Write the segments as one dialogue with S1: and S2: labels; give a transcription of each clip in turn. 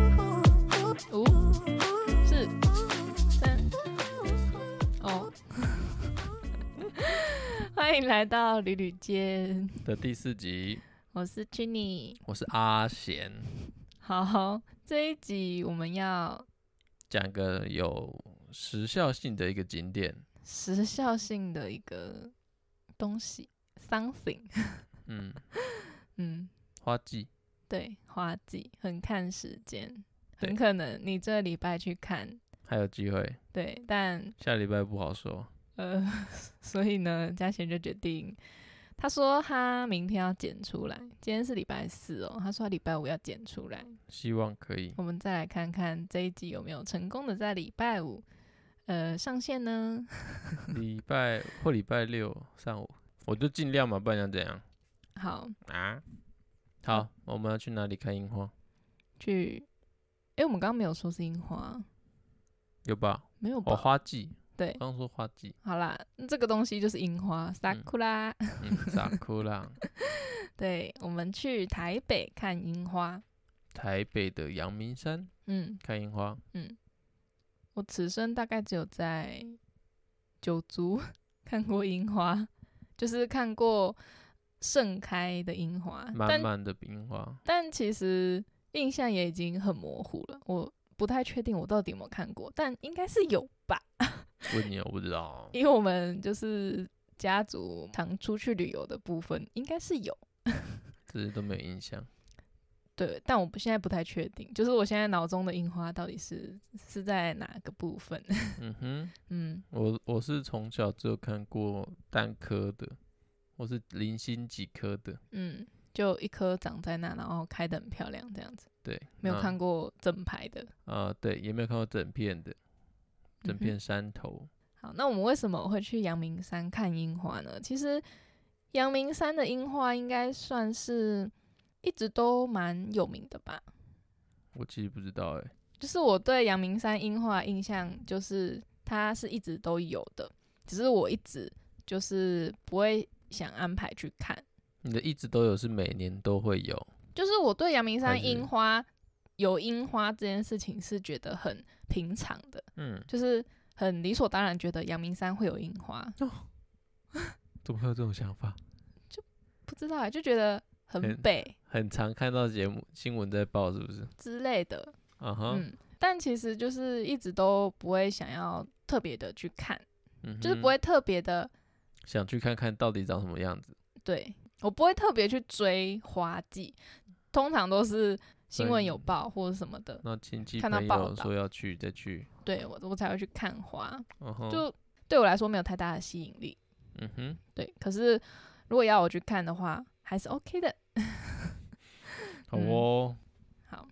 S1: 哦欢迎来到旅旅间，
S2: 的第四集，
S1: 我是 Jenny。
S2: 我是阿贤，
S1: 好，这一集我们要
S2: 讲个有时效性的一个景点。
S1: 时效性的一个东西，something。
S2: 嗯，
S1: 嗯，
S2: 花季
S1: 对，花季很看时间，很
S2: 对
S1: 可能你这礼拜去看，
S2: 还有机会，
S1: 对，但
S2: 下礼拜不好说。
S1: 呃， 所以呢，嘉贤就决定，他说他明天要剪出来，今天是礼拜四哦，他说他礼拜五要剪出来，
S2: 希望可 以。
S1: 我们再来看看这一集有没有成功的在礼拜五，呃，上线呢？
S2: 礼拜或礼拜六上午，我就尽量嘛，不然想怎样
S1: 好，
S2: 啊？好，我们要去哪里看樱花？
S1: 去，诶，我们刚刚没有说是樱花，
S2: 有吧？
S1: 没有吧？
S2: 哦，花季，
S1: 对
S2: 刚说花季，
S1: 好啦，那这个东西就是樱花，萨库拉。
S2: 嗯，傻哭啦。
S1: 对，我们去台北看樱花。
S2: 台北的阳明山
S1: 嗯，
S2: 看樱花，
S1: 我此生大概只有在九族 看过樱花，就是看过盛开的樱花，
S2: 满
S1: 啊但
S2: 满的樱花。
S1: 但其实印象也已经很模糊了，我不太确定我到底有没有看过，但应该是有吧，
S2: 问你，我不知道。
S1: 因为我们就是家族常出去旅游的部分，应该是有。
S2: 这些都没有印象。
S1: 对，但我不现在不太确定，就是我现在脑中的樱花到底是是在哪个部分？
S2: 嗯哼，
S1: 嗯，
S2: 我我是从小只有看过单颗的，我是零星几颗的，
S1: 嗯，就一颗长在那，然后开的很漂亮，这样子，
S2: 对，
S1: 没有
S2: 那
S1: 看过整排的。
S2: 啊、对，也没有看过整片的，整
S1: 嗯哼
S2: 片山头，
S1: 好，那我们为什么会去阳明山看樱花呢？其实阳明山的樱花应该算是一直都蛮有名的吧。
S2: 我其实不知道哎、
S1: 就是我对阳明山樱花的印象，就是它是一直都有的，只是我一直就是不会想安排去看。
S2: 你的一直都有是每年都会有，
S1: 就是我对阳明
S2: 还
S1: 山
S2: 是
S1: 樱花有樱花这件事情是觉得很平常的，
S2: 嗯，
S1: 就是很理所当然觉得阳明山会有樱花，
S2: 怎么会有这种想法？
S1: 不知道欸就觉得很
S2: 很
S1: 北
S2: 很常看到节目新闻在报，是不是？
S1: 之类的。
S2: 啊哈，
S1: 嗯，但其实就是一直都不会想要特别的去看，
S2: 嗯
S1: 就是
S2: 哼
S1: 不会特别的
S2: 想去看看到底长什么样子。
S1: 对我不会特别去追花季，通常都是新闻有
S2: 对
S1: 报或者什么的，
S2: 那亲戚
S1: 看到
S2: 朋
S1: 报
S2: 友
S1: 道
S2: 说要去再去，
S1: 对我我才会去看花，
S2: 啊哈，
S1: 就对我来说没有太大的吸引力。
S2: 嗯哼，
S1: 对，可是如果要我去看的话，还是 OK 的。
S2: 好
S1: 嗯
S2: 哦。
S1: 好，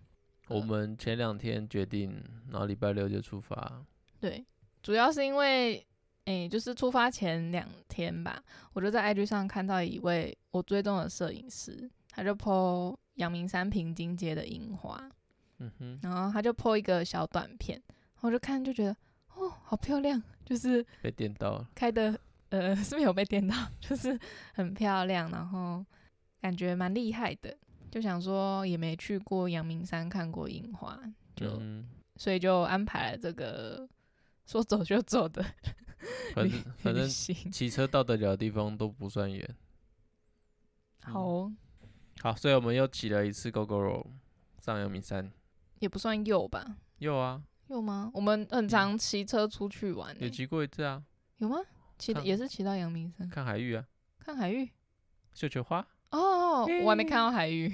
S2: 我
S1: 呃
S2: 们前两天决定，然后礼拜六就出发。
S1: 对，主要是因为，诶、就是出发前两天吧，我就在 IG 上看到一位我追踪的摄影师，他就 po 阳明山平津街的樱花，
S2: 嗯哼，
S1: 然后他就 po 一个小短片，我就看就觉得，哦，好漂亮，就是
S2: 被电到了。
S1: 开的，呃，是没有被电到， 就是很漂亮，然后感觉蛮厉害的，就想说也没去过阳明山看过樱花，就、
S2: 嗯
S1: 所以就安排了这个说走就走的
S2: 哼，反正反
S1: 旅
S2: 正
S1: 行。
S2: 骑车到得了的地方都不算远。嗯
S1: 好哦、
S2: 好，所以我们又骑了一次 GoGo Roll 上阳明山。
S1: 也不算右吧？
S2: 有啊，
S1: 右吗？我们很常骑车出去玩欸、
S2: 嗯有骑过一次啊，
S1: 有吗？骑的
S2: 看
S1: 也是骑到阳明山
S2: 看海域啊，
S1: 看海芋
S2: 绣球花。
S1: 哦，我还没看到海芋，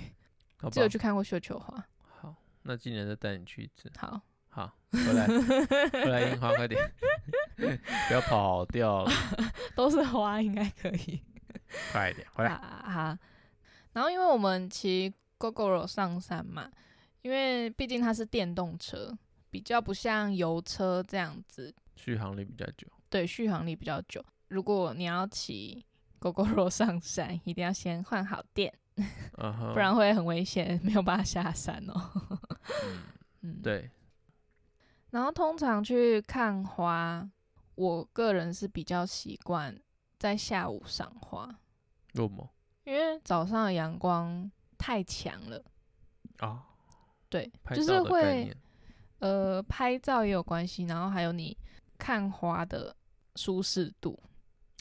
S2: 好吧
S1: 只有，去看过绣球花。
S2: 好，那今年再带你去一次。
S1: 好，
S2: 好，回来，回来，樱花，快点， 不要跑掉了，
S1: 都是花，应该可以。
S2: 快一点，回来。
S1: 啊啊啊！然后因为我们骑 GoGoRo 上山嘛，因为毕竟它是电动车，比较不像油车这样子，
S2: 续航力比较久，
S1: 对续航力比较久。如果你要骑 GoGoRo 上山，一定要先换好电，
S2: 嗯哼，
S1: 不然会很危险， 没有办法下山哦。
S2: 嗯
S1: 嗯，。
S2: 对，
S1: 然后通常去看花，我个人是比较习惯在下午赏花，
S2: 肉毛
S1: 因为早上的阳光太强了，
S2: 啊，
S1: 对，
S2: 拍
S1: 就是
S2: 照的概
S1: 会
S2: 念
S1: 呃，拍照也有关系，然后还有你看花的舒适度，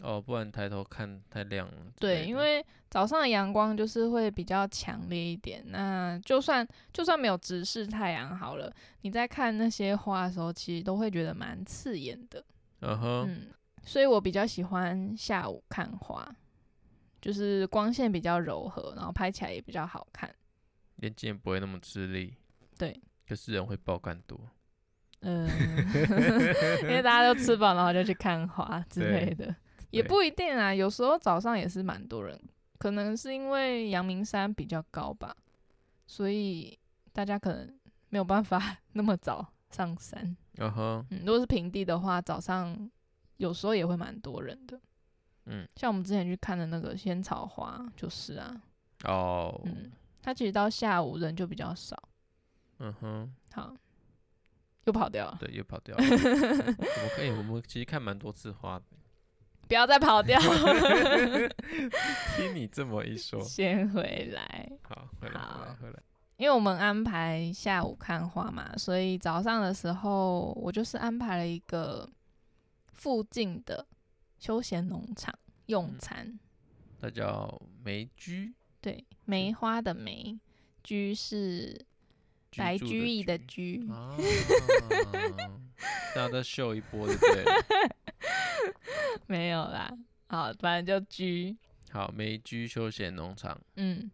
S2: 哦，不然抬头看太亮了之类的。
S1: 对，因为早上的阳光就是会比较强烈一点。那就算就算没有直视太阳好了，你在看那些花的时候，其实都会觉得蛮刺眼的。
S2: 嗯哼，
S1: 嗯，所以我比较喜欢下午看花，就是光线比较柔和，然后拍起来也比较好看。
S2: 眼睛也不会那么吃力。
S1: 对，
S2: 可是人会爆肝多。
S1: 嗯， 因为大家都吃饱，然后就去看花之类的，也
S2: 对
S1: 不一定啊。有时候早上也是蛮多人，可能是因为阳明山比较高吧，所以大家可能没有办法那么早上山。
S2: 嗯哼，
S1: 嗯，如果是平地的话，早上有时候也会蛮多人的。
S2: 嗯，
S1: 像我们之前去看的那个仙草花就是啊，
S2: 哦，
S1: 嗯它其实到下午人就比较少。
S2: 嗯哼，
S1: 好，又跑掉了，
S2: 对，又跑 掉了。嗯我们可以，我们其实看蛮多次花的。
S1: 不要再跑 掉，
S2: 听你这么一 说，
S1: 先回来。
S2: 好，回来，回来，
S1: 好
S2: 回来。
S1: 因为我们安排下午看花嘛，所以早上的时候我就是安排了一个附近的休闲农场
S2: 嗯
S1: 用餐，
S2: 它叫梅居，
S1: 对，梅花的梅，居是
S2: 居
S1: 白
S2: 住
S1: 居易的
S2: 居
S1: 居，
S2: 啊， 那再秀一波就对了。
S1: 没有啦，好，反正就居，
S2: 好，梅居休闲农场，
S1: 嗯，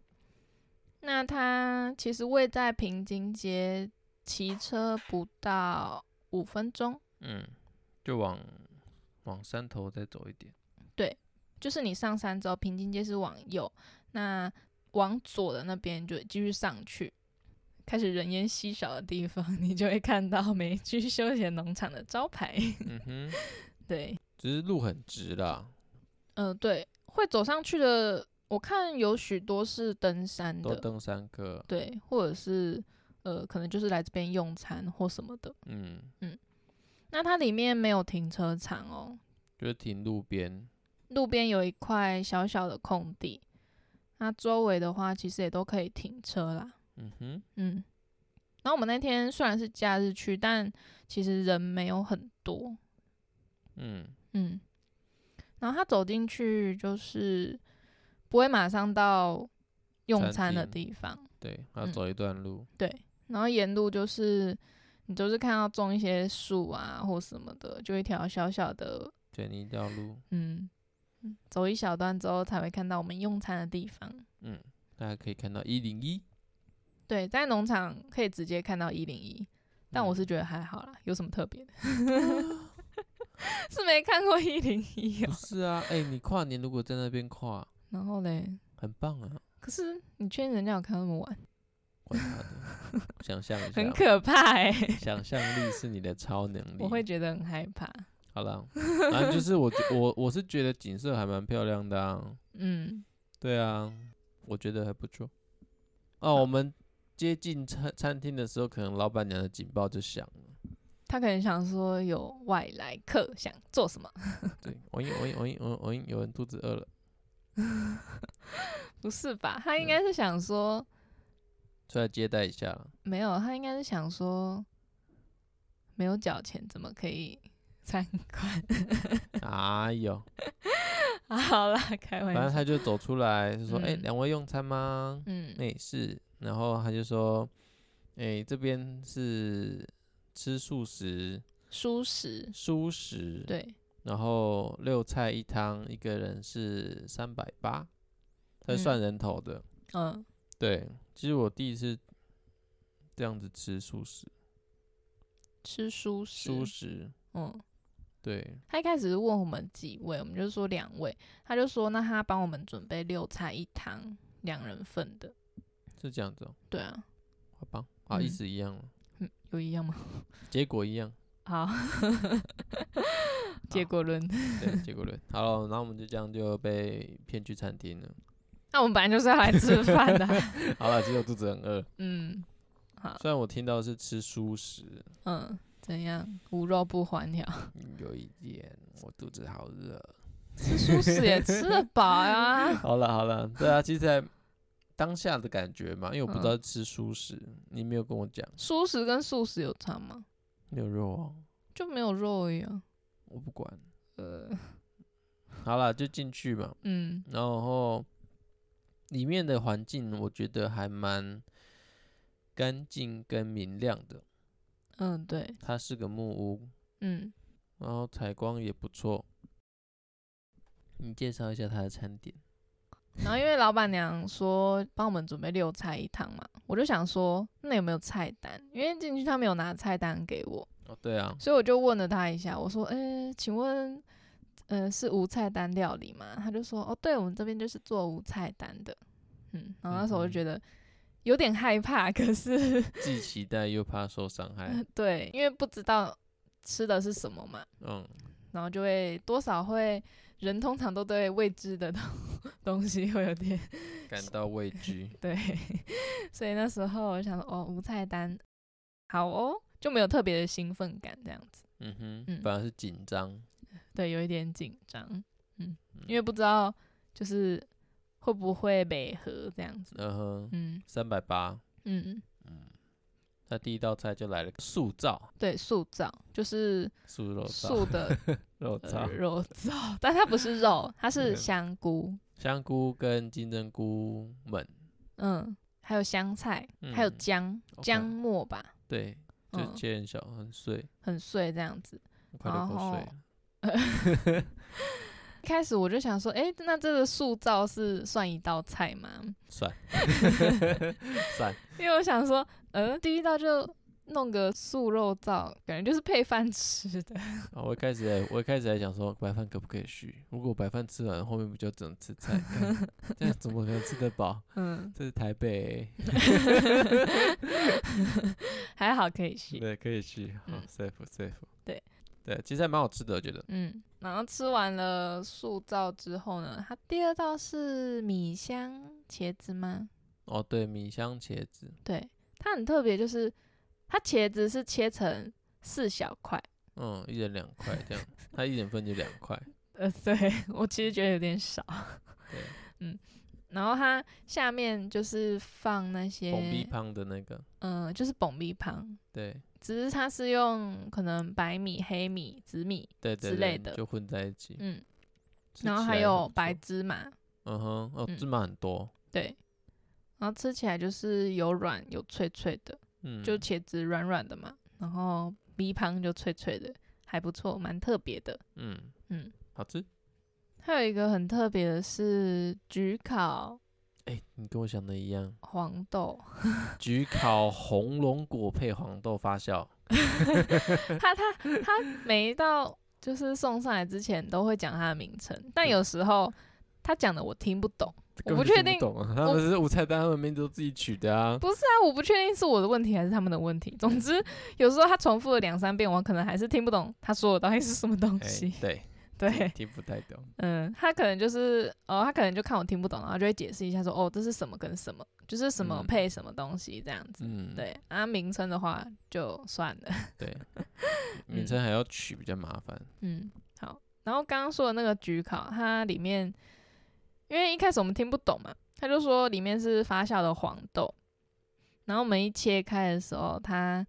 S1: 那它其实位在平津街，骑车不到五分钟，
S2: 嗯，就往往山头再走一 点，
S1: 就是你上山之后，平津街是往右，那往左的那边就继续上去，开始人烟稀少的地方，你就会看到美居休闲农场的招牌。
S2: 嗯哼，
S1: 对，
S2: 只是路很直啦，
S1: 呃，对，会走上去的，我看有许多是登山
S2: 都
S1: 的，
S2: 登山客，
S1: 对，或者是呃，可能就是来这边用餐或什么的。
S2: 嗯，
S1: 那它里面没有停车场哦，
S2: 就是停路边，
S1: 路边有一块小小的空地，那周围的话其实也都可以停车啦。
S2: 嗯哼，
S1: 嗯，然后我们那天虽然是假日去，但其实人没有很多。
S2: 嗯，
S1: 嗯，然后他走进去就是不会马上到用
S2: 餐
S1: 餐的
S2: 厅
S1: 地方，
S2: 对，要
S1: 嗯
S2: 走一段路，
S1: 对。然后沿路就是你就是看到种一些树啊或什么的，就一条小小的
S2: 水泥道路，
S1: 嗯，嗯走一小段之后才会看到我们用餐的地方。
S2: 嗯，大家可以看到一零一，
S1: 对，在农场可以直接看到一零一，但我
S2: 嗯
S1: 是觉得还好啦，有什么特别 的？是没看过一零一
S2: 不
S1: 哦。
S2: 是啊，哎，你跨年如果在那边跨，
S1: 然后嘞，
S2: 很棒啊，
S1: 可是你确定人家有看那么晚？
S2: 管他的， 想象一
S1: 很
S2: 下，
S1: 可怕哎、
S2: 想象力是你的超能力，
S1: 我会觉得很害怕。
S2: 好啦，反正就是我觉我我是觉得景色还蛮漂亮的啊，
S1: 嗯，
S2: 对啊，我觉得还不错。哦，我们接近餐餐厅的时候，可能老板娘的警报就响了，
S1: 他可能想说有外来客想做什么？
S2: 对，我应我应我应我应有人肚子饿了，
S1: 不是吧？他应该是想说、
S2: 出来接待一下啦。
S1: 没有，他应该是想说没有缴钱怎么可以 参观？
S2: 哎呦，
S1: 好啦，开玩
S2: 反正
S1: 笑。
S2: 他就走出来，就说：“哎、
S1: 嗯
S2: 两、位用餐吗？”
S1: 嗯
S2: 那、是，然后他就说：“哎、这边是吃素食、
S1: 舒适，
S2: 蔬食，
S1: 嗯对，
S2: 然后六菜一汤，一个人是三百八，它
S1: 嗯
S2: 是算人头的。
S1: 嗯，
S2: 对，其实我第一次这样子吃素食，
S1: 吃舒适，
S2: 素食，
S1: 嗯。
S2: 对，
S1: 他一开始是问我们几位，我们就说两位，他就说那他帮我们准备六菜一汤，两人份的，
S2: 是这样子哦、
S1: 对啊，
S2: 好棒，好，意
S1: 嗯
S2: 思一样了，
S1: 嗯，有一样吗？
S2: 结果一样，
S1: 好，结果论。
S2: 对，结果论。好了，然后我们就这样就被骗去餐厅了。
S1: 那我们本来就是要来吃饭的啊、
S2: 好了，其实我肚子很饿，
S1: 嗯，好，
S2: 虽然我听到是吃素食，
S1: 嗯，怎样？无肉不欢条，
S2: 有一点，我肚子好饿。
S1: 吃素食也吃得饱啊。
S2: 好了好了，对啊，其实在当下的感觉嘛，因为我不知
S1: 嗯
S2: 道吃素食，你没有跟我讲，
S1: 素食跟素食有差吗？
S2: 没有肉啊，
S1: 就没有肉一样。
S2: 我不管
S1: 呃，
S2: 好了，就进去嘛。
S1: 嗯
S2: 然后里面的环境我觉得还蛮干净跟明亮的，
S1: 嗯，对，
S2: 它是个木屋，
S1: 嗯，
S2: 然后采光也不错。你介绍一下它的餐点，
S1: 然后因为老板娘说帮我们准备六菜一汤嘛，我就想说那有没有菜单？因为进去他没有拿菜单给我，
S2: 哦，对啊，
S1: 所以我就问了他一下，我说：“诶，请问，呃，是无菜单料理吗？”他就说：“哦，对，我们这边就是做无菜单的。”嗯，然后那时候我
S2: 嗯
S1: 就
S2: 哼
S1: 觉得有点害怕，可是，
S2: 既期待又怕受伤害
S1: 对，因为不知道吃的是什么嘛，
S2: 嗯，
S1: 然后就会多少会人通常都对未知的 东东西会有点
S2: 感到畏惧。
S1: 对， 所以那时候我就想说：“哦，无菜单，好哦。”就没有特别的兴奋感这样子。
S2: 嗯哼，
S1: 嗯
S2: 反而是紧张。
S1: 对，有一点紧张，嗯，因
S2: 为
S1: 为不知道就是会不会美合这样子，
S2: 嗯哼，
S1: 嗯
S2: 三百八，
S1: 嗯，
S2: 他第一道菜就来了素照，
S1: 对，素燥就是
S2: 素肉燥，
S1: 素的
S2: 肉
S1: 呃
S2: 燥，
S1: 肉燥，但它不是肉，它是
S2: 嗯
S1: 香菇，
S2: 香菇跟金针菇们，
S1: 嗯，还有香菜，还有
S2: 嗯
S1: 姜，
S2: ，OK
S1: 姜末吧，
S2: 对，就
S1: 嗯
S2: 切很小，很碎，
S1: 很碎这样子。
S2: 快流
S1: 然
S2: 口
S1: 后
S2: 水了。
S1: 一开始我就想说，诶，那这个素燥是算一道菜吗？
S2: 算 算，
S1: 因为我想说，呃，第一道就弄个素肉燥，感觉就是配饭吃 的。
S2: 啊我一开始也我一开始还想说白饭可不可以续？如果白饭吃完，后面不就只能吃菜？ 干这样怎么可能吃得饱？
S1: 嗯，
S2: 这是台北、
S1: 还好可以续。
S2: 对，可以续，好、
S1: 嗯
S2: safe safe。
S1: 对
S2: 对，其实还蛮好吃的，我觉得。
S1: 嗯，然后吃完了素燥之后呢，它第二道是米香茄子吗？
S2: 哦，对，米香茄子，
S1: 对，它很特别，就是它茄子是切成四小块。
S2: 嗯，一人两块这样，它一人份就两块。
S1: 呃，对我其实觉得有点少。
S2: 对，
S1: 然后它下面就是放那些
S2: 红逼，胖的那个，
S1: 嗯、就是蹦逼旁，
S2: 对
S1: 只是它是用可能白米、黑米、紫米，
S2: 对对
S1: 之类
S2: 对
S1: 的
S2: 就混在一起。
S1: 嗯，
S2: 吃
S1: 然后
S2: 起
S1: 还
S2: 来
S1: 有
S2: 很不
S1: 白
S2: 错，
S1: 芝麻，
S2: 嗯哼，哦，
S1: 嗯
S2: 芝麻很多，
S1: 对，然后吃起来就是有软有脆脆的。
S2: 嗯，
S1: 就茄子软软的嘛，然后米旁就脆脆的，还不错，蛮特别的。
S2: 嗯
S1: 嗯，
S2: 好吃。
S1: 还有一个很特别的是焗烤，
S2: 哎、你跟我想的一样
S1: 黄豆，
S2: 焗烤红龙果配黄豆发酵，
S1: 它它它每一道就是送上来之前都会讲它的名称，但有时候他讲的我听不懂，
S2: 根
S1: 我不
S2: 本就
S1: 确
S2: 听
S1: 定
S2: 懂啊，他
S1: 我
S2: 们是午菜单，他们名字都自己取的啊。
S1: 不是啊，我不确定是我的问题还是他们的问题。总之，有时候他重复了两三遍，我可能还是听不懂他说的到底是什么东
S2: 哎、
S1: 西。
S2: 对
S1: 对，
S2: 听不太懂。
S1: 嗯，他可能就是哦，他可能就看我听不懂，然后就会解释一下说哦，这是什么跟什么，就是什么
S2: 嗯
S1: 配什么东西这样子。
S2: 嗯，
S1: 对，啊，名称的话就算了。
S2: 对，
S1: 嗯
S2: 名称还要取比较麻烦。
S1: 嗯，好。然后刚刚说的那个焗烤，它里面因为一开始我们听不懂嘛，他就说里面是发酵的黄豆，然后我们一切开的时候，它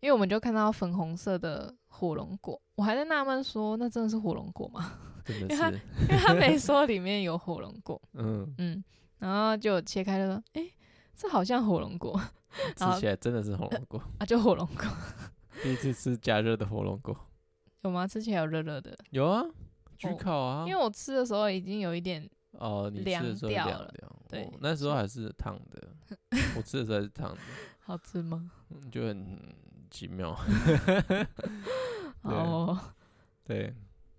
S1: 因为我们就看到粉红色的火龙果，我还在纳闷说那真的是火龙果吗？
S2: 真
S1: 因为
S2: 的
S1: 它
S2: 是，
S1: 因为他没说里面有火龙果。
S2: 嗯，
S1: 嗯，然后就切开就说，诶，这好像火龙果然
S2: 吃
S1: 后
S2: 起来真的是火龙 果。
S1: 啊，就火龙果，
S2: 第一次吃加热的火龙果，
S1: 有吗？吃起来有热热的，
S2: 有啊，
S1: 哦
S2: 焗烤啊。
S1: 因为我吃的时候已经有一点，
S2: 哦，你吃
S1: 凉
S2: 的时候
S1: 掉
S2: 凉
S1: 了
S2: 掉，
S1: 对
S2: 我那时候还是烫的，我吃的时候还是烫的，
S1: 好吃吗？
S2: 嗯就很 奇妙。对
S1: 哦，
S2: 对，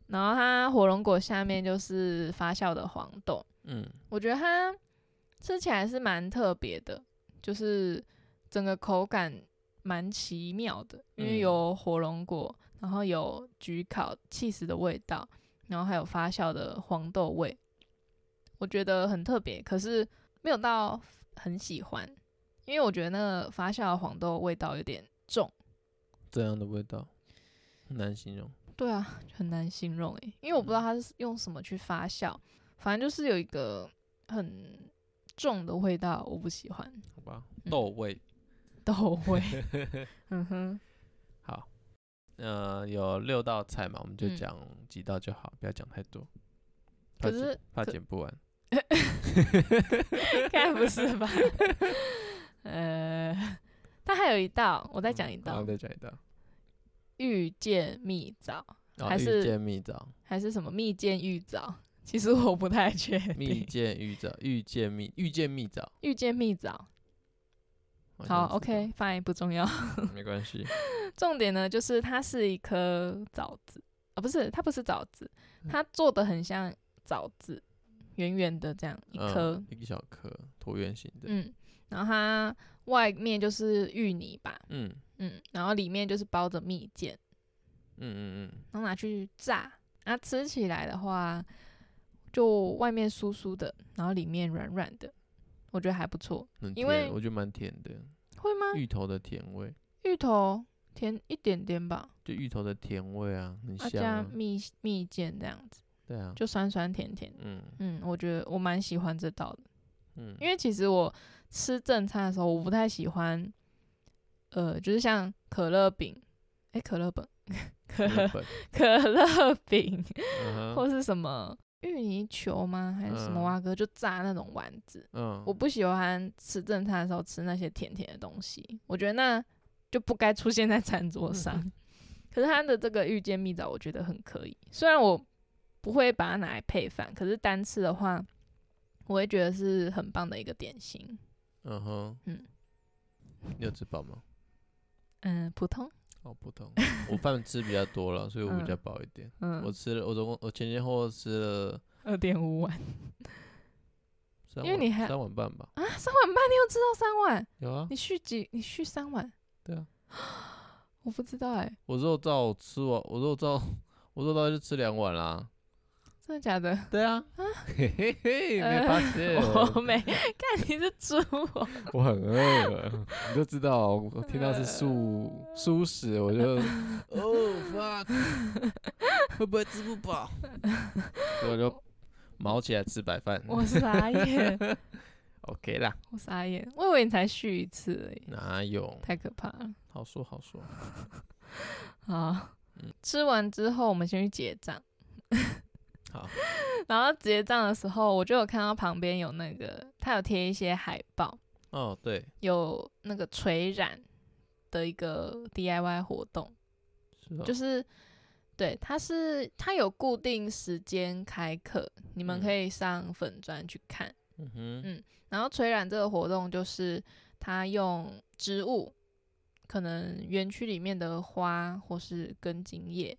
S1: 然后它火龙果下面就是发酵的黄豆，
S2: 嗯，
S1: 我觉得它吃起来是蛮特别的，就是整个口感蛮奇妙的，因为
S2: 嗯
S1: 有火龙果，然后有焗烤 cheese 的味道，然后还有发酵的黄豆味，我觉得很特别，可是没有到很喜欢，因为我觉得那个发酵的黄豆味道有点重。
S2: 这样的味道很难形容。
S1: 对啊，很难形容诶，因为我不知
S2: 嗯
S1: 道它是用什么去发酵，反正就是有一个很重的味道，我不喜欢
S2: 好吧，
S1: 嗯
S2: 豆味。
S1: 豆 味。嗯哼，
S2: 好，呃，有六道菜嘛，我们就
S1: 嗯
S2: 讲几道就好，不要讲太多。怕
S1: 可
S2: 剪
S1: 是
S2: 怕
S1: 可
S2: 剪不完。
S1: 该不是 吧？呃，它还有一道，我再讲一
S2: 然
S1: 道
S2: 后，嗯再讲一道，
S1: 遇见蜜枣
S2: 然后
S1: 还
S2: 遇
S1: 是
S2: 见蜜 枣，
S1: 还是什么蜜饯玉枣？其实我不太确
S2: 蜜
S1: 定。
S2: 见遇枣，遇见蜜，遇见蜜枣。
S1: 遇见蜜枣，好
S2: 像是
S1: ，OK，fine，不重要。
S2: 吧 没关系。
S1: 重点呢，就是它是一颗枣子啊、不是，它不是枣子，
S2: 嗯
S1: 它做的很像枣子，圆圆的这样一
S2: 嗯
S1: 颗，
S2: 一小颗椭圆形的，
S1: 嗯然后它外面就是芋泥吧，
S2: 嗯
S1: 嗯，然后里面就是包着蜜饯，
S2: 嗯嗯嗯，
S1: 然后拿去炸，那、吃起来的话，就外面酥酥的，然后里面软软的，我觉得还不错，
S2: 很
S1: 因
S2: 甜
S1: 为啊
S2: 我觉得蛮甜的，
S1: 会吗？
S2: 芋头的甜味，
S1: 芋头甜一点点吧，
S2: 就芋头的甜味啊，很
S1: 啊
S2: 香
S1: 加
S2: 啊，
S1: 蜜蜜饯这样子，
S2: 对啊，
S1: 就酸酸甜甜。
S2: 嗯
S1: 嗯，我觉得我蛮喜欢这道的，
S2: 嗯，
S1: 因为其实我吃正餐的时候，我不太喜欢，呃，就是像可乐饼，诶，可乐饼， 可
S2: 日
S1: 乐
S2: 本
S1: 可乐饼，
S2: 嗯哼
S1: 或是什么芋泥球吗？还是什么
S2: 嗯
S1: 蛙哥就炸那种丸子，
S2: 嗯，
S1: 我不喜欢吃正餐的时候吃那些甜甜的东西，我觉得那就不该出现在餐桌上。可是它的这个遇见蜜枣，我觉得很可以。虽然我不会把它拿来配饭，可是单吃的话，我会觉得是很棒的一个点心。
S2: 嗯哼，
S1: 嗯
S2: 你有吃饱吗？
S1: 嗯，普通。
S2: 哦，普通， 我饭吃比较多了，所以我比较
S1: 嗯
S2: 饱一点。我
S1: 嗯，
S2: 吃了，我总共我前前后后吃了
S1: 二点五碗
S2: 三
S1: 因为
S2: 碗
S1: 你还
S2: 三碗半吧，
S1: 啊，三碗半，你又吃到三碗，
S2: 有啊，
S1: 你续几？你续三碗？
S2: 对啊，
S1: 我不知道哎、
S2: 我肉燥吃完，我肉燥我肉燥就吃两碗啦。
S1: 啊真的假的？
S2: 对啊，嘿嘿嘿，没
S1: 呃
S2: 发现，
S1: 我没看你是猪哦、
S2: 我很饿，你就知道，我听到是素素食，我就哦 fuck，会不会吃不饱？ 所以我就毛起来吃白饭
S1: 我傻眼。
S2: ，OK 啦，
S1: 我傻眼，我以为你才续一次而已，
S2: 哪有？
S1: 太可怕了。
S2: 好说好说，
S1: 好，
S2: 嗯
S1: 吃完之后我们先去结账，
S2: 好，
S1: 然后结账的时候，我就有看到旁边有那个，他有贴一些海报，
S2: 哦对，
S1: 有那个垂染的一个 DIY 活动，
S2: 是哦，
S1: 就是对，它是它有固定时间开课，你们
S2: 嗯
S1: 可以上粉专去看。
S2: 嗯哼，
S1: 然后垂染这个活动就是他用植物，可能园区里面的花或是根茎叶，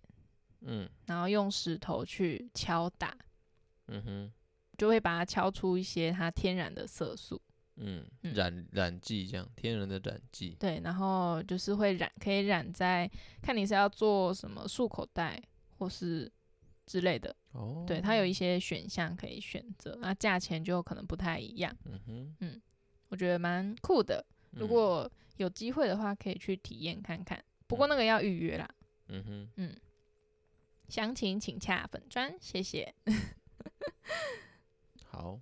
S2: 嗯
S1: 然后用石头去敲打，
S2: 嗯哼，
S1: 就会把它敲出一些它天然的色素。
S2: 嗯，
S1: 嗯
S2: 染染剂这样，天然的染剂，
S1: 对，然后就是会染，可以染在看你是要做什么束口袋或是之类的。
S2: 哦，
S1: 对，它有一，些选项可以选择，那价钱就可能不太一样，
S2: 嗯哼，
S1: 我觉得蛮酷的。如
S2: 嗯，
S1: 果有机会的话，可以去体验看看。不过那个要预约啦，
S2: 嗯哼，
S1: 详情请洽粉专，谢谢。
S2: 好，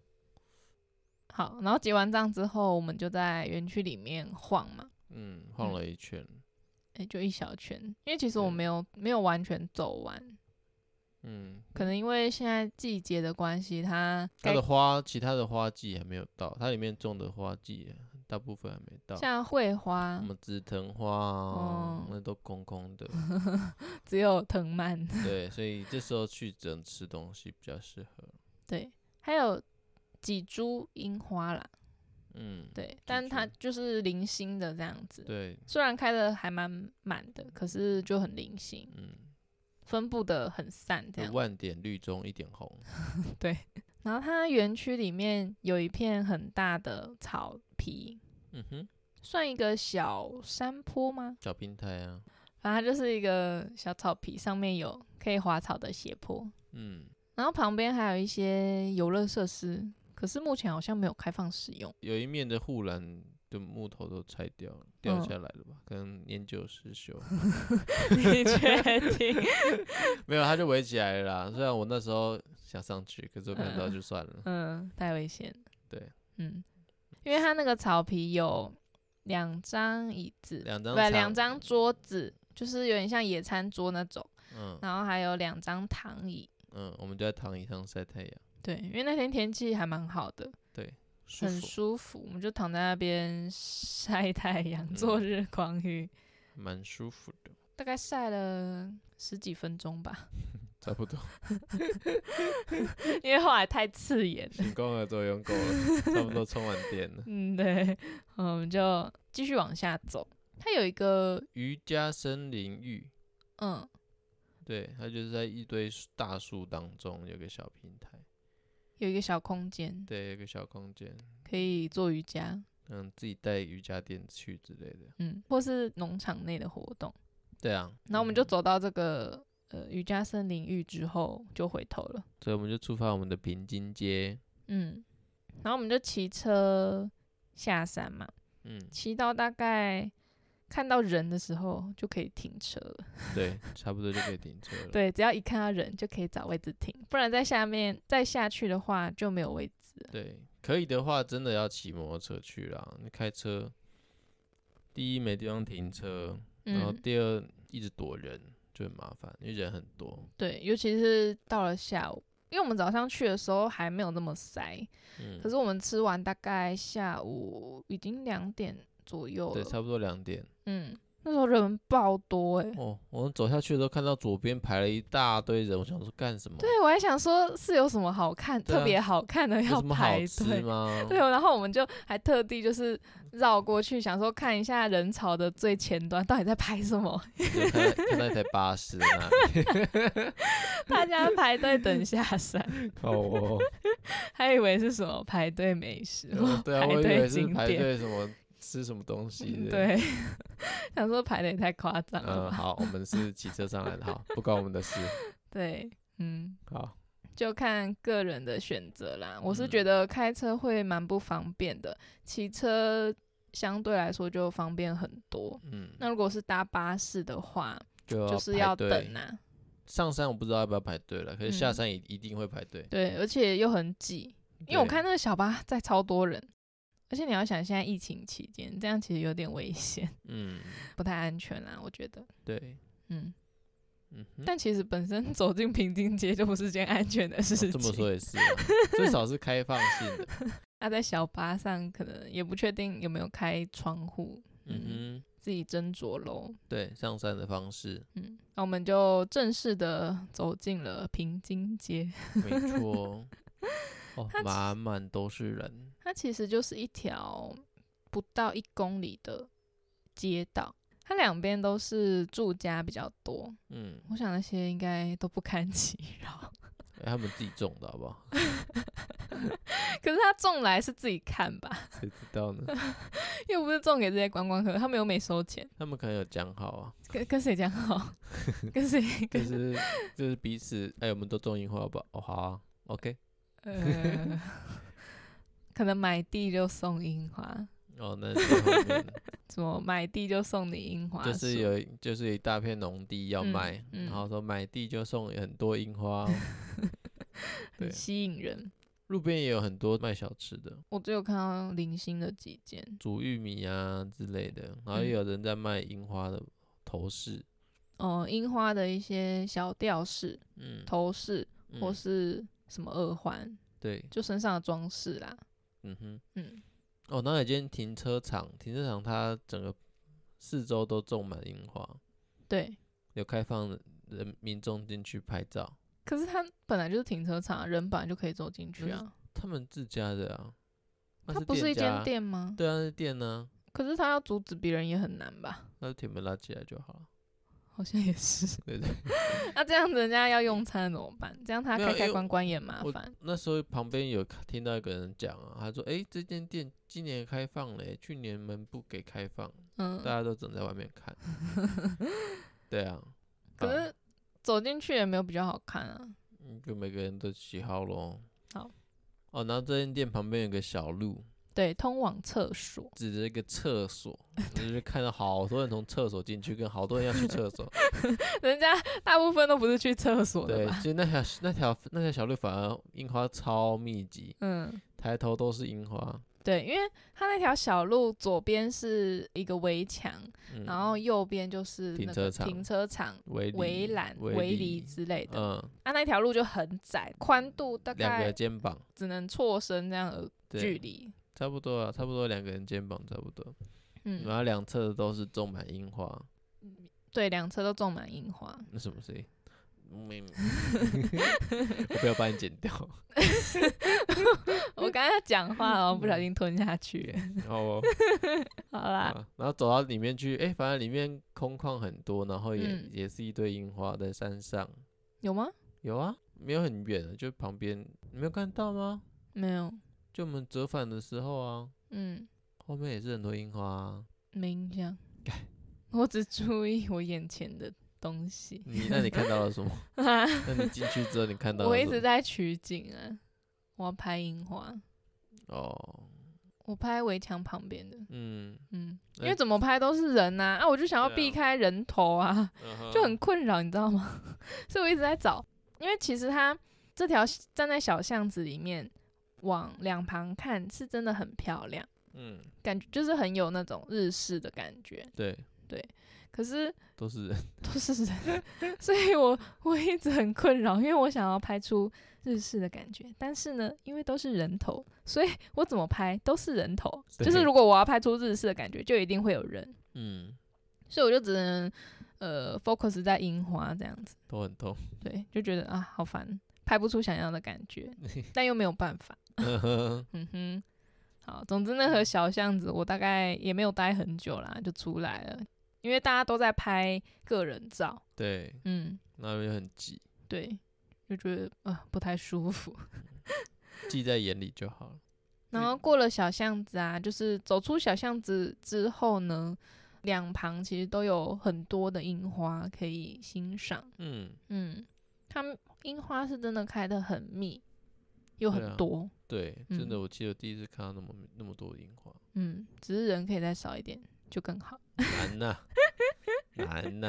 S1: 好，然后结完账之后，我们就在园区里面晃嘛，
S2: 嗯，晃
S1: 嗯
S2: 了一圈，
S1: 诶，就一小圈，因为其实我
S2: 对
S1: 没有没有完全走完，
S2: 嗯，
S1: 可能因为现在季节的关系，它
S2: 它
S1: 该
S2: 的花，其他的花季还没有到，它里面种的花季大部分还没到，
S1: 像桂花
S2: 什么紫藤花啊
S1: 哦，
S2: 那都空空的。
S1: 只有藤蔓，
S2: 对，所以这时候去只能吃东西比较适合。
S1: 对，还有几株樱花啦，
S2: 嗯，
S1: 对，但它
S2: 株
S1: 就是零星的这样子，
S2: 对，
S1: 虽然开的还蛮满的，可是就很零星。
S2: 嗯，
S1: 分布的很散这
S2: 就
S1: 样。
S2: 万点绿中一点红。
S1: 然后它园区里面有一片很大的草皮，
S2: 嗯哼，
S1: 算一个小山坡吗？
S2: 小平台啊，
S1: 反正它就是一个小草皮，上面有可以滑草的斜坡，
S2: 嗯，
S1: 然后旁边还有一些游乐设施，可是目前好像没有开放使用。
S2: 有一面的护栏的木头都拆掉了，掉
S1: 嗯
S2: 下来了吧？可能年久失修，
S1: 你确定？
S2: 没有，它就围起来了啦。虽然我那时候想上去，可是我看到
S1: 嗯
S2: 就算了。
S1: 嗯，太危险。
S2: 对，
S1: 嗯，因为它那个草皮有两张椅子，
S2: 两
S1: 不
S2: 张嗯
S1: 对，
S2: 长
S1: 两张桌子，就是有点像野餐桌那种。
S2: 嗯
S1: 然后还有两张躺椅，
S2: 嗯，我们就在躺椅上晒太阳。
S1: 对，因为那天天气还蛮好的，
S2: 对，舒
S1: 很
S2: 服，嗯
S1: 舒服，我们就躺在那边晒太 阳，做日光浴，
S2: 蛮舒服的，
S1: 大概晒了十几分钟 吧，
S2: 差不多。
S1: 因为后来太刺眼了。
S2: 行光合作用够了，差不多充完电了。
S1: 嗯，对，我们就继续往下走。它有一个，
S2: 瑜伽森林浴，
S1: 嗯，
S2: 对，它就是在一堆树大树当中有个小平台，
S1: 有一个小空间
S2: 对，有个小空间，
S1: 可以做瑜伽，
S2: 嗯，自己带瑜伽垫去之类的。
S1: 嗯，或是农场内的活动。
S2: 对啊，
S1: 然后我们就
S2: 嗯，
S1: 走到这个呃瑜伽森林浴之后，就回头了。
S2: 所以我们就出发我们的平津街，
S1: 嗯，然后我们就骑车下山嘛，
S2: 嗯，
S1: 骑到大概看到人的时候就可以停车了。
S2: 对，差不多就可以停车了。，
S1: 对，只要一看到人就可以找位置停，不然在下面再下去的话就没有位置了。
S2: 对，可以的话，真的要骑摩托车去啦。你开车，第一没地方停车，然后
S1: 嗯，
S2: 第二一直躲人就很麻烦，因为人很多。
S1: 对，尤其是到了下午，因为我们早上去的时候还没有那么塞，
S2: 嗯，
S1: 可是我们吃完大概下午已经两点左右
S2: 对，
S1: 了。
S2: 差不多两点。
S1: 嗯，那时候人爆多哎、
S2: 哦，我们走下去的时候看到左边排了一大堆人，我想说干什么？
S1: 对，我还想说是有什么好看、
S2: 对啊
S1: 特别好看的
S2: 有
S1: 要
S2: 什么好
S1: 排
S2: 吃
S1: 队。
S2: 吗？
S1: 对，哦然后我们就还特地就是绕过去，想说看一下人潮的最前端到底在拍什 么，
S2: 就看到看到一台巴士在那 里
S1: 大家排队等下山，
S2: 哦，
S1: 还以为是什么排队美食
S2: 然
S1: 或
S2: 后对啊，
S1: 排
S2: 我以
S1: 队
S2: 为是
S1: 景
S2: 排
S1: 点，
S2: 队什么吃什么东西
S1: 嗯
S2: 的。，
S1: 对， 想说排的也太夸张了
S2: 嗯，
S1: 吧？
S2: 好，我们是骑车上来的，好，不关我们的事。
S1: 对，嗯，
S2: 好，
S1: 就看个人的选择啦。我是
S2: 嗯
S1: 觉得开车会蛮不方便的，骑车相对来说就方便很多。
S2: 嗯，
S1: 那如果是搭巴士的话，
S2: 就
S1: 就
S2: 要
S1: 是
S2: 排
S1: 要
S2: 队
S1: 等啊，
S2: 上山我不知道要不要排队了，可是下
S1: 嗯
S2: 山一一定会排队。
S1: 对，而且又很挤，因为我
S2: 对
S1: 看那个小巴 载超多人，而且你要想现在疫情期间，这样其实有点危险，
S2: 嗯，
S1: 不太安全啦，我觉得，
S2: 对，
S1: 嗯，
S2: 嗯哼，
S1: 但其实本身 走进平津街就不是件安全的事
S2: 哦
S1: 情，
S2: 这么说也是啊，至少是开放性的。
S1: 那、在小巴上可能也不确定有没有开窗户，嗯，
S2: 嗯哼，
S1: 自己斟酌喽。
S2: 对，上山的 方式，
S1: 嗯，那我们就正式的走进了平津街，
S2: 没错。哦
S1: 它，其
S2: 满满都是人，
S1: 它其实就是一条不到一公里的街道，它两边都是住家比较多，
S2: 嗯，
S1: 我想那些应该都不堪其扰。
S2: 哎他们自己种的好不好？
S1: 可是他种来是自己看吧，
S2: 谁知道呢？
S1: 又不是种给这些观光客，他们又没收钱，
S2: 他们可能有讲好啊，
S1: 跟跟谁讲好？ 跟谁？
S2: 就
S1: 跟
S2: 是就是彼此，哎，我们都种樱花吧，哦，好啊，OK，
S1: 呃，可能买地就送樱花，
S2: 哦，那是 后面
S1: 什么买地就送你樱花树，
S2: 就是有一就是有一大片农地要
S1: 嗯
S2: 卖，
S1: 嗯
S2: 然后说买地就送很多樱 花哦，对
S1: 很吸引人。
S2: 路边也有很多卖小吃的，
S1: 我只有看到零星的几间
S2: 煮玉米啊之类的，然后也
S1: 嗯
S2: 有人在卖樱花的头饰，
S1: 哦，樱花的一些小吊饰、
S2: 嗯，
S1: 头饰或
S2: 嗯
S1: 是什么耳环，
S2: 对，
S1: 就身上的装饰啦。
S2: 嗯哼，
S1: 嗯，
S2: 哦，那有一间停车场，停车场它整个四周都种满樱花，
S1: 对。
S2: 有开放人民众进去拍照，
S1: 可是它本来就是停车场，啊人本来就可以走进去啊。
S2: 他们自家的啊，那
S1: 它不是一
S2: 家
S1: 间
S2: 啊，
S1: 店吗？
S2: 对啊，是店呢、
S1: 可是他要阻止别人也很难吧？
S2: 那就铁门拉起来就好了，
S1: 好像也是。
S2: 对对。
S1: 那、这样子人家要用餐怎么办？这样他
S2: 没有
S1: 开
S2: 因
S1: 开
S2: 为
S1: 关关也麻
S2: 我
S1: 烦。
S2: 那时候旁边有看听到一个人讲啊，他说：“诶，这间店今年开放了耶，去年门不给开放，大
S1: 嗯，
S2: 家都只能在外面 看。对啊，
S1: 可
S2: 啊
S1: 是走进去也没有比较好看啊。
S2: 嗯就每个人的喜好咯。
S1: 好，
S2: 哦，然后这间店旁边有个小路，
S1: 对，通往厕所。
S2: 指着一个厕所，就是看到好多人从厕所进去，跟好多人要去厕 所。
S1: 人家大部分都不是去厕所的
S2: 对，
S1: 吧？
S2: 其实那条那条那条小路反而樱花超密集，
S1: 嗯，
S2: 抬头都是樱花。
S1: 对，因为它那条小路左边是一个围墙，
S2: 嗯
S1: 然后右边就是
S2: 停
S1: 那
S2: 车
S1: 个
S2: 场
S1: 停车场、
S2: 围
S1: 围
S2: 篱
S1: 栏、
S2: 围
S1: 围
S2: 篱
S1: 篱之类的。
S2: 嗯，
S1: 啊，那条路就很窄，宽度大
S2: 两个
S1: 概
S2: 肩膀，
S1: 只能错身这样的
S2: 对
S1: 距离。
S2: 差不多啊，差不多两个人肩膀差不多，然
S1: 嗯，
S2: 后两侧都是种满樱花，
S1: 对，两侧都种满樱 花。
S2: 那什么声音？嗯 我不要把你剪 掉，
S1: 我刚刚讲话哦，不小心吞下去。
S2: 然后
S1: 好啦，
S2: 哦啊，然后走到里面去，哎、反正里面空旷很多，然后也、
S1: 嗯
S2: 也是一堆樱花在山上，
S1: 有吗？
S2: 有啊，没有很远的，就旁边，你没有看到吗？
S1: 没有。
S2: 就我们折返的时候啊，
S1: 嗯，
S2: 后面也是很多樱花、啊。
S1: 没印象
S2: 干。
S1: 我只注意我眼前的东西。
S2: 你 那你看到了什么？那你进去之后你看到了
S1: 我
S2: 什
S1: 一
S2: 么？
S1: 直在取景啊，我要拍樱花，
S2: 哦，
S1: 我拍围墙旁边的，
S2: 嗯，
S1: 嗯，因
S2: 哎
S1: 为怎么拍都是人呐、啊，我就想要
S2: 对啊
S1: 避开人头啊，就很
S2: 嗯哼
S1: 困扰，你知道吗？ 所以我一直在找，因为其实它这条站在小巷子里面，往两旁看是真的很漂亮，
S2: 嗯，
S1: 感觉就是很有那种日式的感觉，
S2: 对，
S1: 可是
S2: 都是人，
S1: 都是人， 所以我我一直很困扰，因为我想要拍出日式的感觉，但是呢，因为都是人头，所以我怎么拍都是人头。
S2: 对
S1: 就是如果我要拍出日式的感觉，就一定会有人，
S2: 嗯，
S1: 所以我就只能呃 focus 在樱花这样子，
S2: 都 很痛。
S1: 对，就觉得啊好烦，拍不出想要的感 觉，但又没有办法，
S2: 嗯哼
S1: 嗯哼。好，总之那
S2: 嗯
S1: 条小巷子我大概也没有待很久啦，就出来了，因为大家都在拍个人照，
S2: 对，
S1: 嗯。
S2: 那边很挤，
S1: 对，就觉得啊、呃不太舒 服。
S2: 记在眼里就好了。
S1: 然后过了小巷子啊，就是走出小巷子之后呢，两旁其实都有很多的樱花可以欣赏。
S2: 嗯，
S1: 嗯，它们樱花是真的开得很密，又
S2: 对
S1: 很
S2: 啊
S1: 多。
S2: 对，真的，
S1: 嗯
S2: 我记得第一次看到那么那么多樱花，
S1: 嗯，只是人可以再少一点就更好。
S2: 难呐、难呐、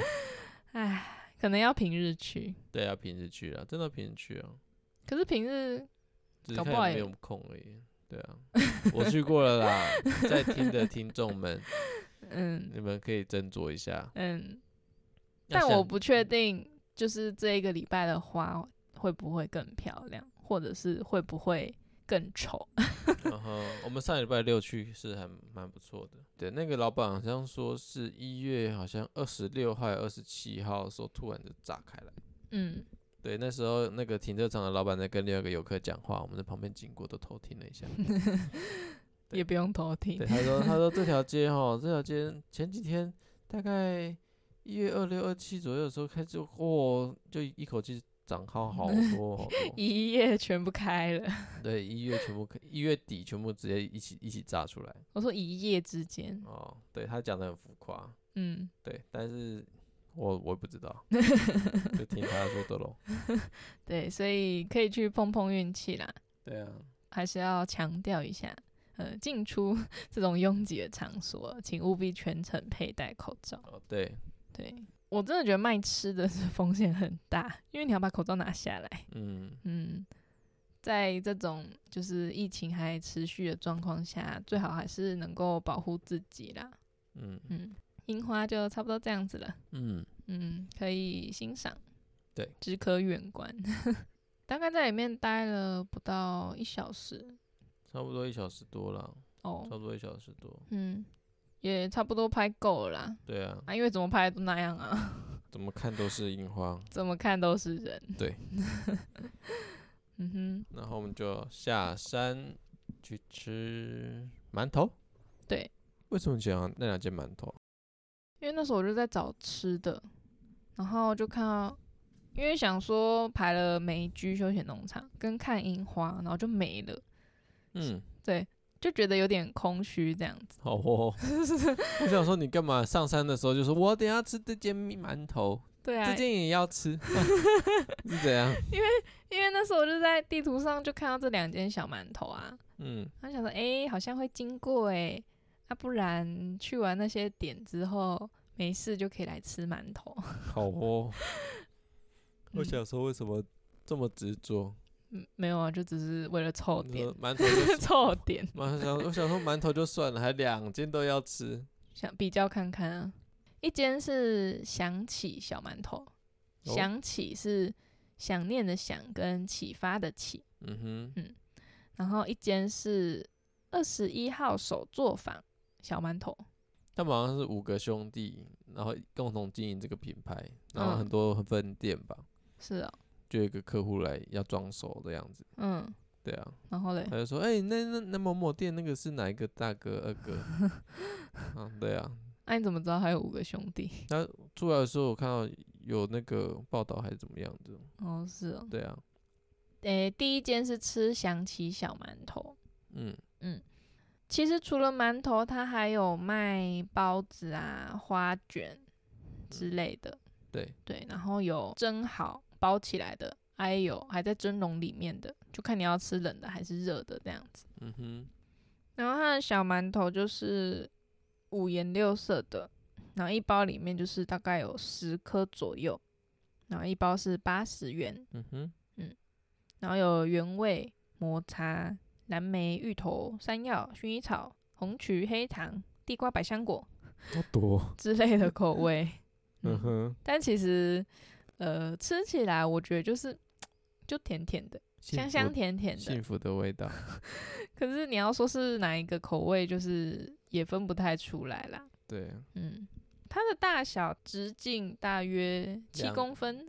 S1: 唉，可能要平日去，
S2: 对啊，平时去啊，真的平时去啊，
S1: 可是平日
S2: 只是
S1: 搞
S2: 看
S1: 不好
S2: 有
S1: 也
S2: 没 有空而已。对啊，我去过了啦，在听的听众们，
S1: 嗯
S2: 你们可以斟酌一下。
S1: 嗯，
S2: 那
S1: 但
S2: 像嗯
S1: 我不确定，就是这一个礼拜的花会不会更漂亮，或者是会不会更丑？
S2: 然后嗯我们上礼拜六去是还蛮不错的。对，那个老板好像说是一月好像二十六号、二十七号的时候突然就炸开来。
S1: 嗯，
S2: 对，那时候那个停车场的老板在跟另外一个游客讲话，我们在旁边经过都偷听了一下。对
S1: 也不用偷听
S2: 对，。他说他说这条街哈，这条街前几天大概一月二六、二七左右的时候开始，哦，就一口气涨好好多好多。
S1: 一夜全部开了，
S2: 对，一月全部开一月底全部直接一起一起炸出来。
S1: 我说一夜之间，
S2: 哦，对他讲的很浮夸。
S1: 嗯，
S2: 对，但是我我也不知道，就听他说的咯。
S1: 对，所以可以去碰碰运气啦，
S2: 对啊，
S1: 还是要强调一下，呃，进出 这种拥挤的场所，请务必全程佩戴口罩。
S2: 哦对，
S1: 对我真的觉得卖吃的是风险很大，因为你要把口罩拿下来。
S2: 嗯，
S1: 嗯，在这种就是疫情还持续的状况下，最好还是能够保护自己啦。
S2: 嗯
S1: 嗯，樱花就差不多这样子了。
S2: 嗯，
S1: 嗯，可以欣赏，
S2: 对，
S1: 只可远观。 大概在里面待了不到一小时
S2: 差不多一小时多了，差
S1: 哦，
S2: 不多一小时多。
S1: 嗯，也差不多拍够了啦。
S2: 对啊，
S1: 啊，因为怎么拍都那样啊，
S2: 怎么看都是樱花。
S1: 怎么看都是人。
S2: 对，
S1: 嗯哼，
S2: 然后我们就下山去吃馒头。
S1: 对，
S2: 为什么讲那两件馒头？
S1: 因为那时候我就在找吃的，然后就看到，因为想说排了美居休闲农场跟看樱花，然后就没了，
S2: 嗯，
S1: 对，就觉得有点空虚这样子。
S2: 好哦。我想说，你干嘛上山的时候就说，我等一下吃这件 馒头，
S1: 对啊
S2: 这，件也要吃， 是怎样？
S1: 因为那时候我就在地图上就看到这两间小馒头啊，
S2: 嗯，
S1: 然后想说，诶，好像会经过诶，啊，不然去完那些点之后没事就可以来吃馒头。
S2: 好哦。我
S1: 嗯
S2: 想说，为什么这么执着？
S1: 嗯没有啊，就只是为了凑
S2: 你
S1: 点
S2: 说馒头就
S1: 凑点，
S2: 馒想我想说馒头就算了，还两间都要吃，
S1: 想比较看看啊。一间是想起小馒头，
S2: 哦
S1: 想起是想念的想跟启发的启，
S2: 嗯
S1: 然后一间是二十一号手作坊小馒头，
S2: 哼，他们好像是五个兄弟，然后共同经营这个品牌，然后
S1: 嗯
S2: 很多分店吧，
S1: 是哦，
S2: 就有一个客户来要装熟的样子，
S1: 嗯，
S2: 对 啊，
S1: 然后嘞
S2: 他，就说，哎、那那那某某店那个是哪一个大哥二 哥？啊，对啊，
S1: 那、你怎么知道还有五个兄弟？
S2: 出来的时候我看到有那个报道还是怎么样的，
S1: 哦，是哦，
S2: 对啊，
S1: 诶、第一间是吃想起小馒头，
S2: 嗯，
S1: 其实除了馒头，它还有卖包子啊、花卷之类的。
S2: 对，
S1: 对，然后有蒸好包起来的，还有还在蒸笼里面的，就看你要吃冷的还是热的这样子。
S2: 嗯哼，
S1: 然后它的小馒头就是五颜六色的，然后一包里面就是大概有十颗左右，然后一包是八十元，
S2: 嗯哼，
S1: 然后有原味、抹茶、蓝莓、芋头、山药、薰衣草、红曲、黑糖、地瓜、百香果
S2: 好多，
S1: 之类的口味。
S2: 嗯
S1: 嗯，
S2: 哼，
S1: 但其实呃，吃起来我觉得就是就甜甜的，
S2: 幸
S1: 香
S2: 福
S1: 香甜甜的
S2: 幸。福的味道，
S1: 可是你要说是哪一个口味，就是也分不太出来啦。
S2: 对，啊
S1: 嗯，它的大小直径大约七
S2: 两
S1: 公分，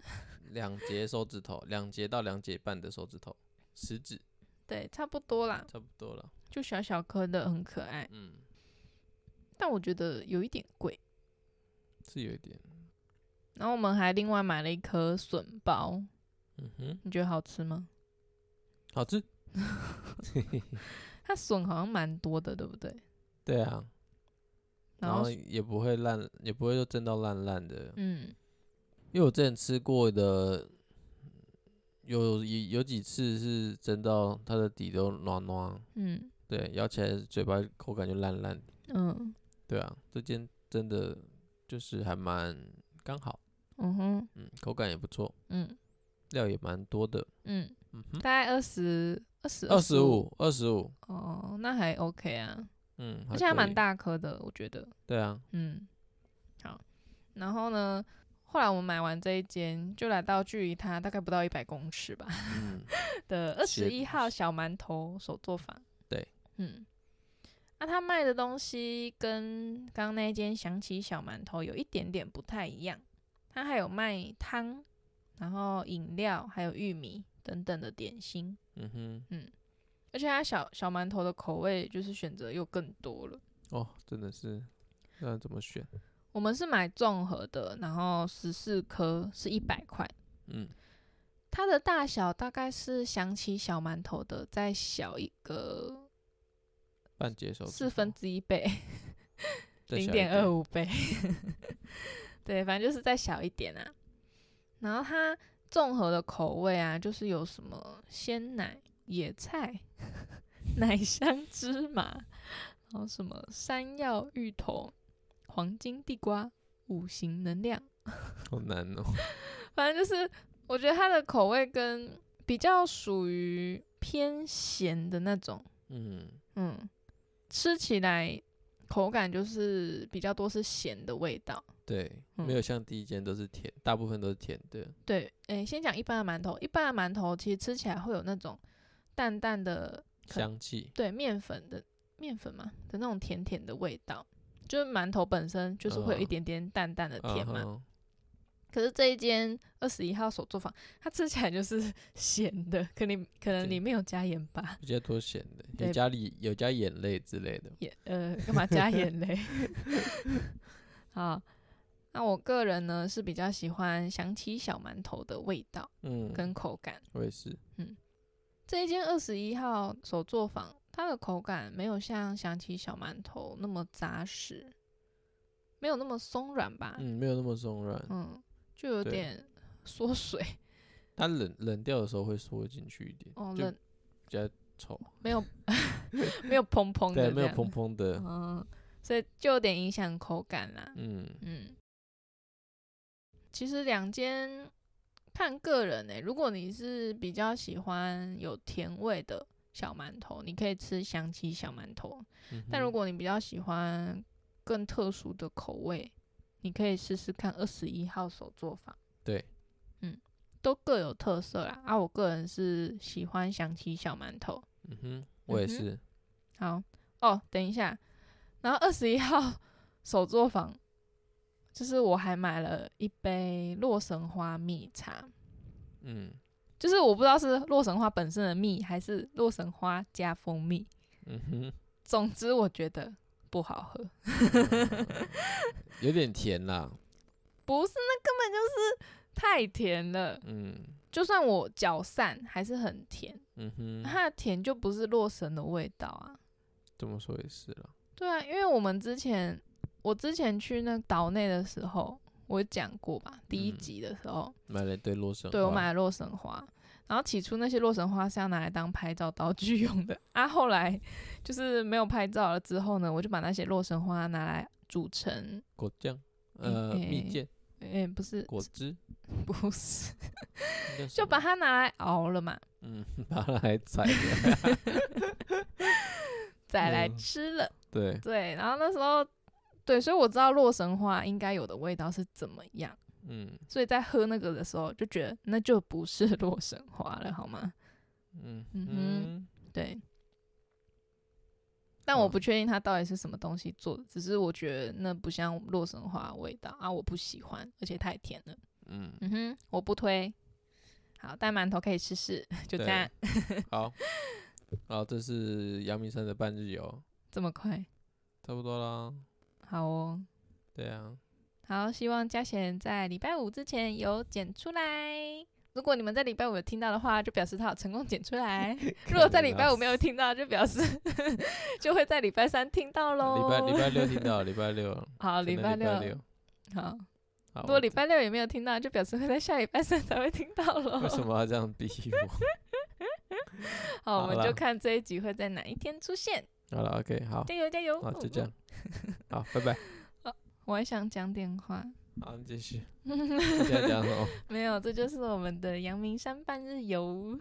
S2: 两节手指头，两节到两节半的手指头，食指
S1: 对，差不多啦，
S2: 差不多了，
S1: 就小小颗的，很可爱。
S2: 嗯，
S1: 但我觉得有一点贵。
S2: 是有一点，
S1: 然后我们还另外买了一颗笋包，
S2: 嗯哼，
S1: 你觉得好吃吗？
S2: 好吃，
S1: 它笋好像蛮多的，对不对？
S2: 对啊，
S1: 然
S2: 然
S1: 后
S2: 后也不会烂，也不会说蒸到烂烂的，
S1: 嗯
S2: 因为我之前吃过的，有有有几次是蒸到它的底都软软，
S1: 嗯
S2: 对，啊咬起来嘴巴口感就烂烂的，
S1: 嗯
S2: 对啊，这间真的就是还蛮刚好，
S1: 嗯哼
S2: 嗯，口感也不错，
S1: 嗯
S2: 料也蛮多的，
S1: 嗯，
S2: 嗯
S1: 大
S2: 哼，
S1: 概二十二十
S2: 二十五，二十五，
S1: 哦，那还 OK 啊，
S2: 嗯，
S1: 而且还
S2: 可
S1: 蛮
S2: 以，
S1: 大颗的，我觉得。
S2: 对啊，
S1: 嗯，好。然后呢，后来我们买完这一间，就来到距离它大概不到一百公尺吧
S2: 嗯，
S1: 的二十
S2: 斜
S1: 一号小馒头手作坊。
S2: 对，
S1: 嗯。那、他卖的东西跟刚刚那一间想起小馒头有一点点不太一样，他还有卖汤，然后饮料，还有玉米等等的点心，
S2: 嗯哼，
S1: 而且他小小馒头的口味就是选择又更多了。
S2: 哦，真的是，那怎么选？
S1: 我们是买综合的，然后十四颗是一百块，
S2: 嗯，
S1: 它的大小大概是想起小馒头的再小一个
S2: 半截手指头，
S1: 四分之一倍，
S2: 再
S1: 零
S2: 小一
S1: 点二，五倍， 对，反正就是再小一点啊。然后它综合的口味啊，就是有什么鲜奶、野菜、 奶香芝麻，然后什么山药、芋头、黄金地瓜、五行能量。
S2: 好难哦，
S1: 反正就是我觉得它的口味跟比较属于偏咸的那种，
S2: 嗯，
S1: 嗯，吃起来口感就是比较多是咸的味道。
S2: 对，没有
S1: 嗯
S2: 像第一间都是甜，大部分都是甜的，
S1: 对，诶、先讲一般的馒头，一般的馒头其实吃起来会有那种淡淡的可
S2: 香气，
S1: 对面粉的面粉嘛的那种甜甜的味道，就是馒头本身就是会有一
S2: 嗯
S1: 点点淡淡的呃甜嘛。
S2: 嗯哼
S1: 可是这一间二十一号手作坊，它吃起来就是 咸的，可你可能
S2: 对
S1: 里面有加盐吧？
S2: 比较多咸的，有
S1: 对
S2: 加里有加眼泪之类的，
S1: 眼呃，干嘛加眼泪？ 好，那我个人呢是比较喜欢想起小馒头的味道
S2: 嗯，
S1: 跟口感。
S2: 我也是，
S1: 这一间二十一号手作坊，它的口感没有像想起小馒头那么扎实，没有那么松软吧？
S2: 嗯，没有那么松软，
S1: 啊嗯，就有
S2: 对
S1: 点缩水
S2: 它冷冷掉的时候会缩进去一点，
S1: 哦，
S2: 就
S1: 冷
S2: 比较丑，
S1: 没有 没有蓬蓬的
S2: 对，
S1: 这
S2: 没有
S1: 样
S2: 蓬蓬的，
S1: 嗯，所以就有点影响口感啦。
S2: 嗯，
S1: 嗯，其实两间看个人诶、如果你是比较喜欢有甜味的小馒头，你可以吃香鸡小馒头；
S2: 嗯
S1: 但如
S2: 哼
S1: 果你比较喜欢更特殊的口味，你可以试试看二十一号手作坊。
S2: 对，
S1: 嗯，都各有特色啦。啊，我个人是喜欢香鸡小馒头。
S2: 嗯哼，我也
S1: 嗯哼
S2: 是，
S1: 好哦，等一下，然后二十一号手作坊，就是我还买了一杯洛神花蜜茶，
S2: 嗯
S1: 就是我不知道是洛神花本身的蜜还是洛神花加蜂蜜，
S2: 嗯哼，
S1: 总之我觉得不好喝，
S2: 有点甜啦，
S1: 不是那根本就是太甜了，
S2: 嗯
S1: 就算我搅散还是很甜，
S2: 嗯哼，
S1: 它的甜就不是洛神的味道啊。
S2: 这么说也是啦，
S1: 对啊，因为我们之前，我之前去那岛内的时候，我讲过吧，第一
S2: 嗯
S1: 集的时候，
S2: 买了一堆洛神花，
S1: 对我买了洛神花，然后起初那些洛神花是要拿来当拍照道具 用的啊，后来就是没有拍照了之后呢，我就把那些洛神花拿来煮成，
S2: 果酱，
S1: 诶
S2: 呃，蜜
S1: 诶
S2: 饯、
S1: 诶、不是，
S2: 果汁，应
S1: 不是，
S2: 该什
S1: 就把
S2: 么
S1: 它拿来熬了嘛，
S2: 嗯 把它还踩了，
S1: 再来
S2: 嗯
S1: 吃了。
S2: 对，
S1: 对，然后那时候，对，所以我知道洛神花应该有的味道是怎么样。
S2: 嗯
S1: 所以在喝那个的时候就觉得那就不是 洛神花了，好吗？
S2: 嗯
S1: 嗯
S2: 嗯
S1: 哼对。但我
S2: 嗯
S1: 不确定它到底是什么东西做的，只是我觉得那不像洛神花的味道啊，我不喜欢，而且太甜了。
S2: 嗯，
S1: 嗯哼，我不推。好，带馒头可以试试， 就这
S2: 对
S1: 样，
S2: 好，好，这是阳明山的半日游，
S1: 这么快，
S2: 差不多啦，
S1: 好哦。
S2: 对啊，
S1: 好，希望嘉贤在礼拜五之前有剪出来。如果你们在礼拜五有听到的话，就表示他有成功剪出 来。如果在礼拜五没有听到，就表示 就会在礼拜三听到喽。
S2: 啊礼拜礼拜六听到，礼拜六，
S1: 好，礼
S2: 真的
S1: 拜
S2: 礼拜
S1: 六，好。如
S2: 好，我
S1: 果礼拜哦六也没有听到，就表示会在下礼拜三才会听到喽。
S2: 为什么要这样逼我？
S1: 好，我
S2: 好
S1: 们
S2: 啦
S1: 就看这一集会在哪一天出现。
S2: 好了，OK，好，
S1: 加油加油！
S2: 啊，就
S1: 嗯。
S2: 这样， 好，拜拜，
S1: 我还想讲点话，
S2: 好，你 继续，就这样讲哦，
S1: 没有，这就是我们的阳明山半日游。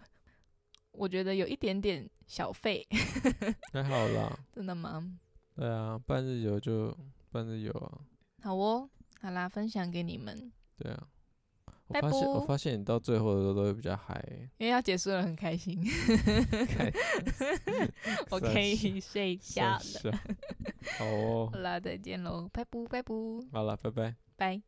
S1: 我觉得有一点点小费，
S2: 还好啦，
S1: 真的吗？
S2: 对啊，半日游就半日游啊，
S1: 好哦，好啦，分享给你们，
S2: 对啊。我
S1: 拜
S2: 发现，我
S1: 拜
S2: 发现你到最后的时候都会比较嗨欸。
S1: 因为要结束了，很开心。 我可 以呃睡觉
S2: 吓
S1: 了。
S2: 好哦
S1: 好，啦，再见喽，拜拜拜拜
S2: 好了，拜拜。
S1: 拜。